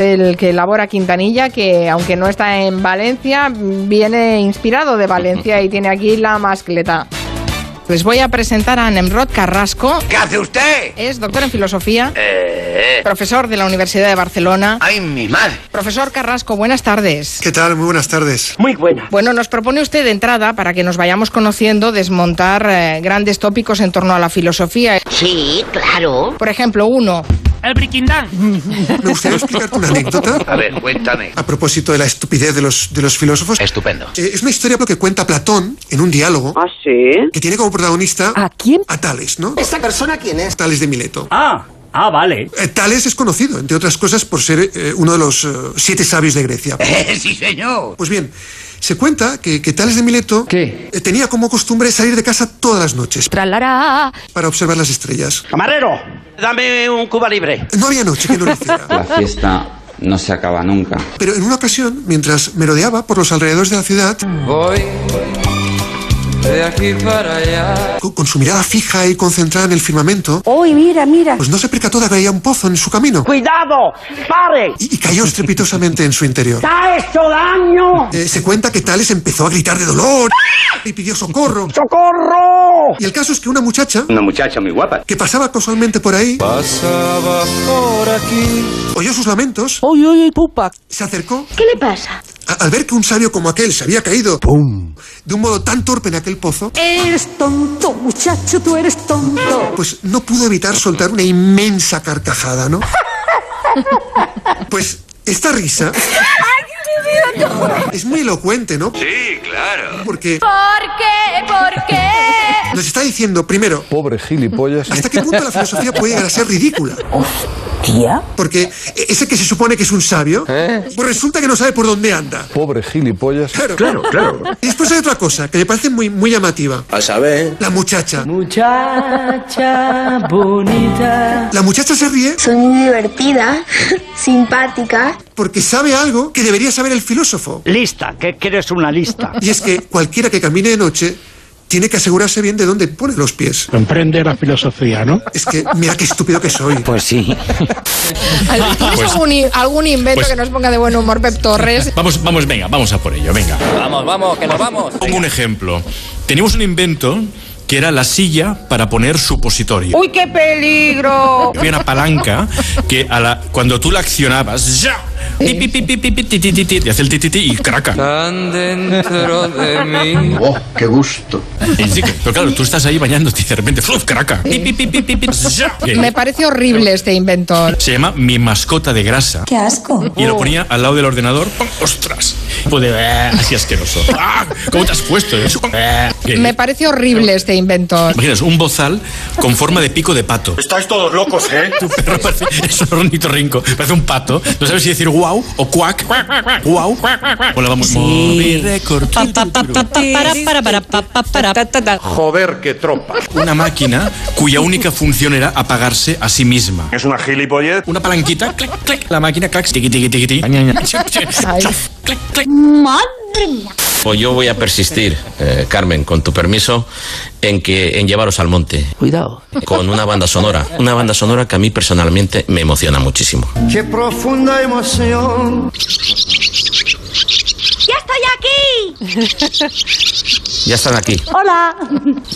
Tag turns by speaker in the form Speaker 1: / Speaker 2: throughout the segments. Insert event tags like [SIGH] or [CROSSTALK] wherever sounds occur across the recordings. Speaker 1: el que elabora Quintanilla, que aunque no está en Valencia, viene inspirado de Valencia y tiene aquí la mascleta. Les voy a presentar a Nemrod Carrasco.
Speaker 2: ¿Qué hace usted?
Speaker 1: Es doctor en filosofía,
Speaker 2: Eh,
Speaker 1: profesor de la Universidad de Barcelona.
Speaker 2: ¡Ay, mi madre!
Speaker 1: Profesor Carrasco, buenas tardes.
Speaker 3: ¿Qué tal? Muy buenas tardes.
Speaker 2: Muy buena.
Speaker 1: Bueno, nos propone usted de entrada, para que nos vayamos conociendo, desmontar eh, grandes tópicos en torno a la filosofía.
Speaker 4: Sí, claro.
Speaker 1: Por ejemplo, uno,
Speaker 5: El Briquindán.
Speaker 3: Me gustaría explicarte una anécdota
Speaker 2: A ver, cuéntame.
Speaker 3: a propósito de la estupidez de los, de los filósofos. Eh,
Speaker 6: [LAUGHS]
Speaker 2: Estupendo.
Speaker 3: Es una historia que cuenta Platón en un diálogo
Speaker 7: ¿Ah, sí?
Speaker 3: que tiene como protagonista
Speaker 8: ¿A quién?
Speaker 3: a Tales, ¿no?
Speaker 6: ¿Esa persona quién es?
Speaker 3: Tales de Mileto.
Speaker 5: Ah, ah, vale.
Speaker 3: Eh, Tales es conocido, entre otras cosas, por ser eh, uno de los eh, siete sabios de Grecia.
Speaker 2: Eh, sí, señor.
Speaker 3: Pues bien, se cuenta que, que Tales de Mileto
Speaker 6: ¿Qué?
Speaker 3: eh, tenía como costumbre salir de casa todas las noches
Speaker 8: Tralará.
Speaker 3: para observar las estrellas.
Speaker 6: ¡Camarero!
Speaker 2: Dame un Cuba libre.
Speaker 3: No había noche que no lo hiciera.
Speaker 9: La fiesta no se acaba nunca.
Speaker 3: Pero en una ocasión, mientras merodeaba por los alrededores de la ciudad,
Speaker 10: Voy de aquí para allá.
Speaker 3: con, con su mirada fija y concentrada en el firmamento,
Speaker 8: Uy, mira, mira.
Speaker 3: pues no se percató de que había un pozo en su camino
Speaker 6: ¡Cuidado! ¡Pare!
Speaker 3: y, y cayó estrepitosamente en su interior.
Speaker 6: ¡Ha hecho daño!
Speaker 3: Eh, se cuenta que Tales empezó a gritar de dolor y pidió socorro.
Speaker 6: ¡Socorro!
Speaker 3: Y el caso es que una muchacha
Speaker 2: Una muchacha muy guapa.
Speaker 3: que pasaba casualmente por ahí
Speaker 10: Pasaba por aquí.
Speaker 3: oyó sus lamentos,
Speaker 8: Uy, uy, uy, pupa.
Speaker 3: se acercó.
Speaker 4: ¿Qué le pasa?
Speaker 3: a- al ver que un sabio como aquel se había caído ¡pum! de un modo tan torpe en aquel pozo,
Speaker 8: Eres tonto, muchacho, tú eres tonto.
Speaker 3: pues no pudo evitar soltar una inmensa carcajada, ¿no? [LAUGHS] Pues esta
Speaker 4: [LAUGHS]
Speaker 3: risa es muy elocuente, ¿no?
Speaker 2: Sí, claro.
Speaker 3: Porque
Speaker 8: ¿Por qué? ¿Por qué?
Speaker 3: nos está diciendo, primero,
Speaker 10: Pobre gilipollas.
Speaker 3: ¿Hasta qué punto la filosofía puede llegar a ser ridícula?
Speaker 8: Tía.
Speaker 3: Porque e-, ese que se supone que es un sabio, pues resulta que no sabe por dónde anda.
Speaker 10: Pobre gilipollas.
Speaker 3: Claro, claro, claro. Y después hay otra cosa que me parece muy, muy llamativa.
Speaker 6: A saber...
Speaker 3: La muchacha.
Speaker 8: Muchacha bonita.
Speaker 3: La muchacha se ríe
Speaker 4: Soy muy divertida, [LAUGHS] simpática.
Speaker 3: porque sabe algo que debería saber el filósofo.
Speaker 6: Lista, que quieres una lista.
Speaker 3: Y es que cualquiera que camine de noche tiene que asegurarse bien de dónde pone los pies.
Speaker 11: Comprende la filosofía, ¿no?
Speaker 3: Es que mira qué estúpido que soy.
Speaker 2: Pues sí.
Speaker 1: ¿Tienes algún, i- algún invento que nos ponga de buen humor, Pep Torres?
Speaker 11: Vamos, vamos, venga, vamos a por ello, venga.
Speaker 10: Vamos, vamos, que nos vamos.
Speaker 11: Pongo un ejemplo. Teníamos un invento que era la silla para poner supositorio.
Speaker 1: ¡Uy, qué peligro!
Speaker 11: Había una palanca que a la- cuando tú la accionabas, ¡ya! Ti, pi, pi, pi, pi, pi, ti, ti, ti, ti, Te hace el tititi y craca.
Speaker 10: Tan dentro de mí.
Speaker 6: Oh,
Speaker 11: Y sí que- Pero claro, tú estás ahí bañándote y de repente, ¡fluf! craca. Ti, pi, pi, pi, pi, pi, ¡ya!
Speaker 8: Eh,
Speaker 11: Que
Speaker 1: Me parece horrible este inventor.
Speaker 11: Se llama Mi mascota de grasa.
Speaker 8: Qué asco.
Speaker 11: Y lo
Speaker 1: Oh.
Speaker 11: ponía al lado del ordenador. ¡pum! ¡Ostras! Pude, así asqueroso. ¡Ah! ¿Cómo te has puesto? eso? Eh, que-
Speaker 1: Me parece horrible este inventor.
Speaker 8: eh,
Speaker 11: Imaginas, un bozal con forma de pico de pato.
Speaker 2: Estáis todos locos, ¿eh?
Speaker 11: [LAUGHS] Tu perro parece, es un ornitorrinco, parece un pato. No sabes si decir guau o cuac. Guau. O la vamos mover, recortar,
Speaker 2: Joder, qué tropa.
Speaker 11: Una máquina cuya única función era apagarse a sí misma.
Speaker 2: ¿Es una gilipollez?
Speaker 11: Una palanquita, clac, clac, la máquina, clac, tiqui, tiqui, tiqui, tiqui, ña, ña, ña, clac, clac, clac.
Speaker 9: Pues yo voy a persistir, eh, Carmen, con tu permiso, en que en llevaros al monte
Speaker 8: Cuidado.
Speaker 9: con una banda sonora, una banda sonora que a mí personalmente me emociona muchísimo.
Speaker 6: ¡Qué profunda emoción!
Speaker 4: ¡Ya estoy aquí!
Speaker 9: Ya están aquí,
Speaker 8: Hola.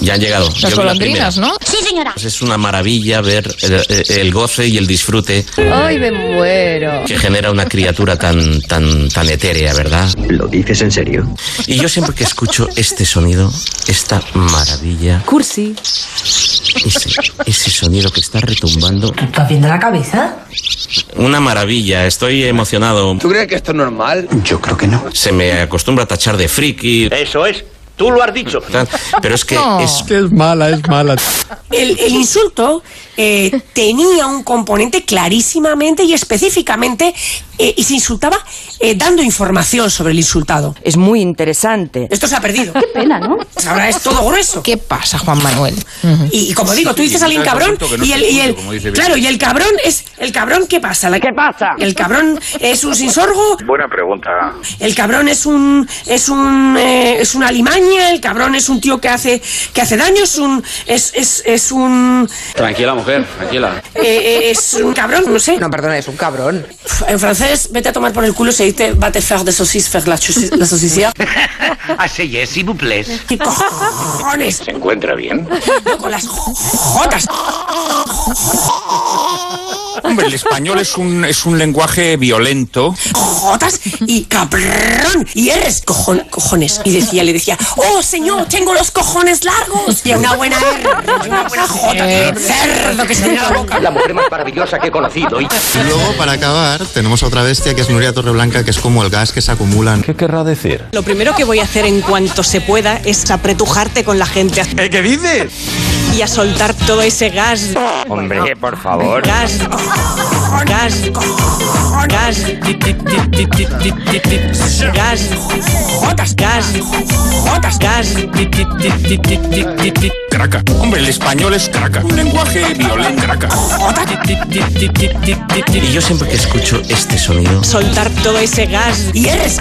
Speaker 9: ya han llegado. Yo
Speaker 1: Las
Speaker 9: vi la
Speaker 1: golondrinas,
Speaker 9: primera. Pues
Speaker 1: ¿no?
Speaker 4: Sí, señora.
Speaker 9: Es una maravilla ver el, eh, el goce y el disfrute
Speaker 8: Ay, me muero.
Speaker 9: que genera una criatura tan tan tan etérea, ¿verdad?
Speaker 6: ¿Lo dices en serio?
Speaker 9: Y yo siempre que escucho este sonido, esta maravilla,
Speaker 8: Cursi.
Speaker 9: ese, ese sonido que está retumbando,
Speaker 8: ¿Estás viendo la cabeza?
Speaker 9: una maravilla. Estoy emocionado.
Speaker 6: ¿Tú crees que esto es normal? Yo creo que no.
Speaker 9: se me acostumbra a tachar de friki,
Speaker 2: Eso es. Tú lo has dicho.
Speaker 9: tal, pero es que
Speaker 1: No.
Speaker 9: es
Speaker 10: Es mala, es mala.
Speaker 8: El, el insulto eh, tenía un componente clarísimamente y específicamente eh, y se insultaba eh, dando información sobre el insultado. Es muy interesante. Esto se ha perdido. Qué pena, ¿no? Ahora es todo grueso.
Speaker 1: ¿Qué pasa, Juan Manuel?
Speaker 8: Y, y como digo, tú dices a alguien cabrón y el, y el- claro, y el cabrón es el cabrón ¿qué pasa? La-
Speaker 6: ¿Qué pasa?
Speaker 8: El cabrón es un sinsorgo.
Speaker 2: Buena pregunta.
Speaker 8: El cabrón es un es un eh, es una alimaña, el cabrón es un tío que hace que hace daño, es un es es, es un
Speaker 9: tranquila mujer, tranquila.
Speaker 8: eh, eh, es un cabrón, no sé.
Speaker 6: perdona, es un cabrón.
Speaker 8: En francés francés, vete a tomar por el culo, se dice, va te faire de saucisses, faire la, chusi- la saucissière.
Speaker 6: Así Ah, es, si bubles.
Speaker 8: ¿Qué cojones?
Speaker 6: ¿Se encuentra bien?
Speaker 8: No, con las jotas.
Speaker 7: Hombre, el español es un, es un lenguaje violento.
Speaker 8: Jotas y cabrón. Y eres cojon- cojones. Y decía, le decía, oh señor, tengo los cojones largos. Y una buena R, una buena J. Cerdo que se me la boca.
Speaker 6: La mujer más maravillosa que he conocido. Y...
Speaker 12: Luego, para acabar, tenemos a otra bestia que es Nuria Torreblanca, que es como el gas que se acumulan. ¿Qué querrá decir?
Speaker 13: Lo primero que voy a hacer en cuanto se pueda es apretujarte con la gente.
Speaker 7: ¿Eh,
Speaker 6: ¿Qué dices?
Speaker 13: Y a soltar todo ese gas.
Speaker 6: Hombre, por favor.
Speaker 13: Gas. Gas. Gas. Gas.
Speaker 8: Jotas.
Speaker 13: Gas. Jotas. Gas.
Speaker 7: Craca. Hombre, el español es craca. Un lenguaje violento. Craca.
Speaker 9: Y yo siempre que escucho este sonido,
Speaker 13: Soltar todo ese gas.
Speaker 8: Y eres.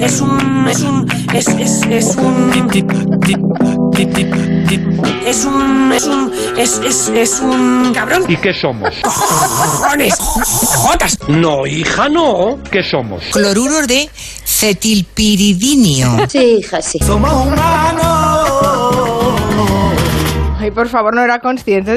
Speaker 8: Es un. Es un. Es, es, es un. Es un. Es un. Es, es, es un. Cabrón.
Speaker 6: ¿Y qué somos?
Speaker 8: Cojones. Jotas.
Speaker 6: No, hija, no. ¿Qué somos?
Speaker 14: Cloruro de cetilpiridinio.
Speaker 1: Sí, hija, sí.
Speaker 6: Somos humanos.
Speaker 1: Ay, por favor, no era consciente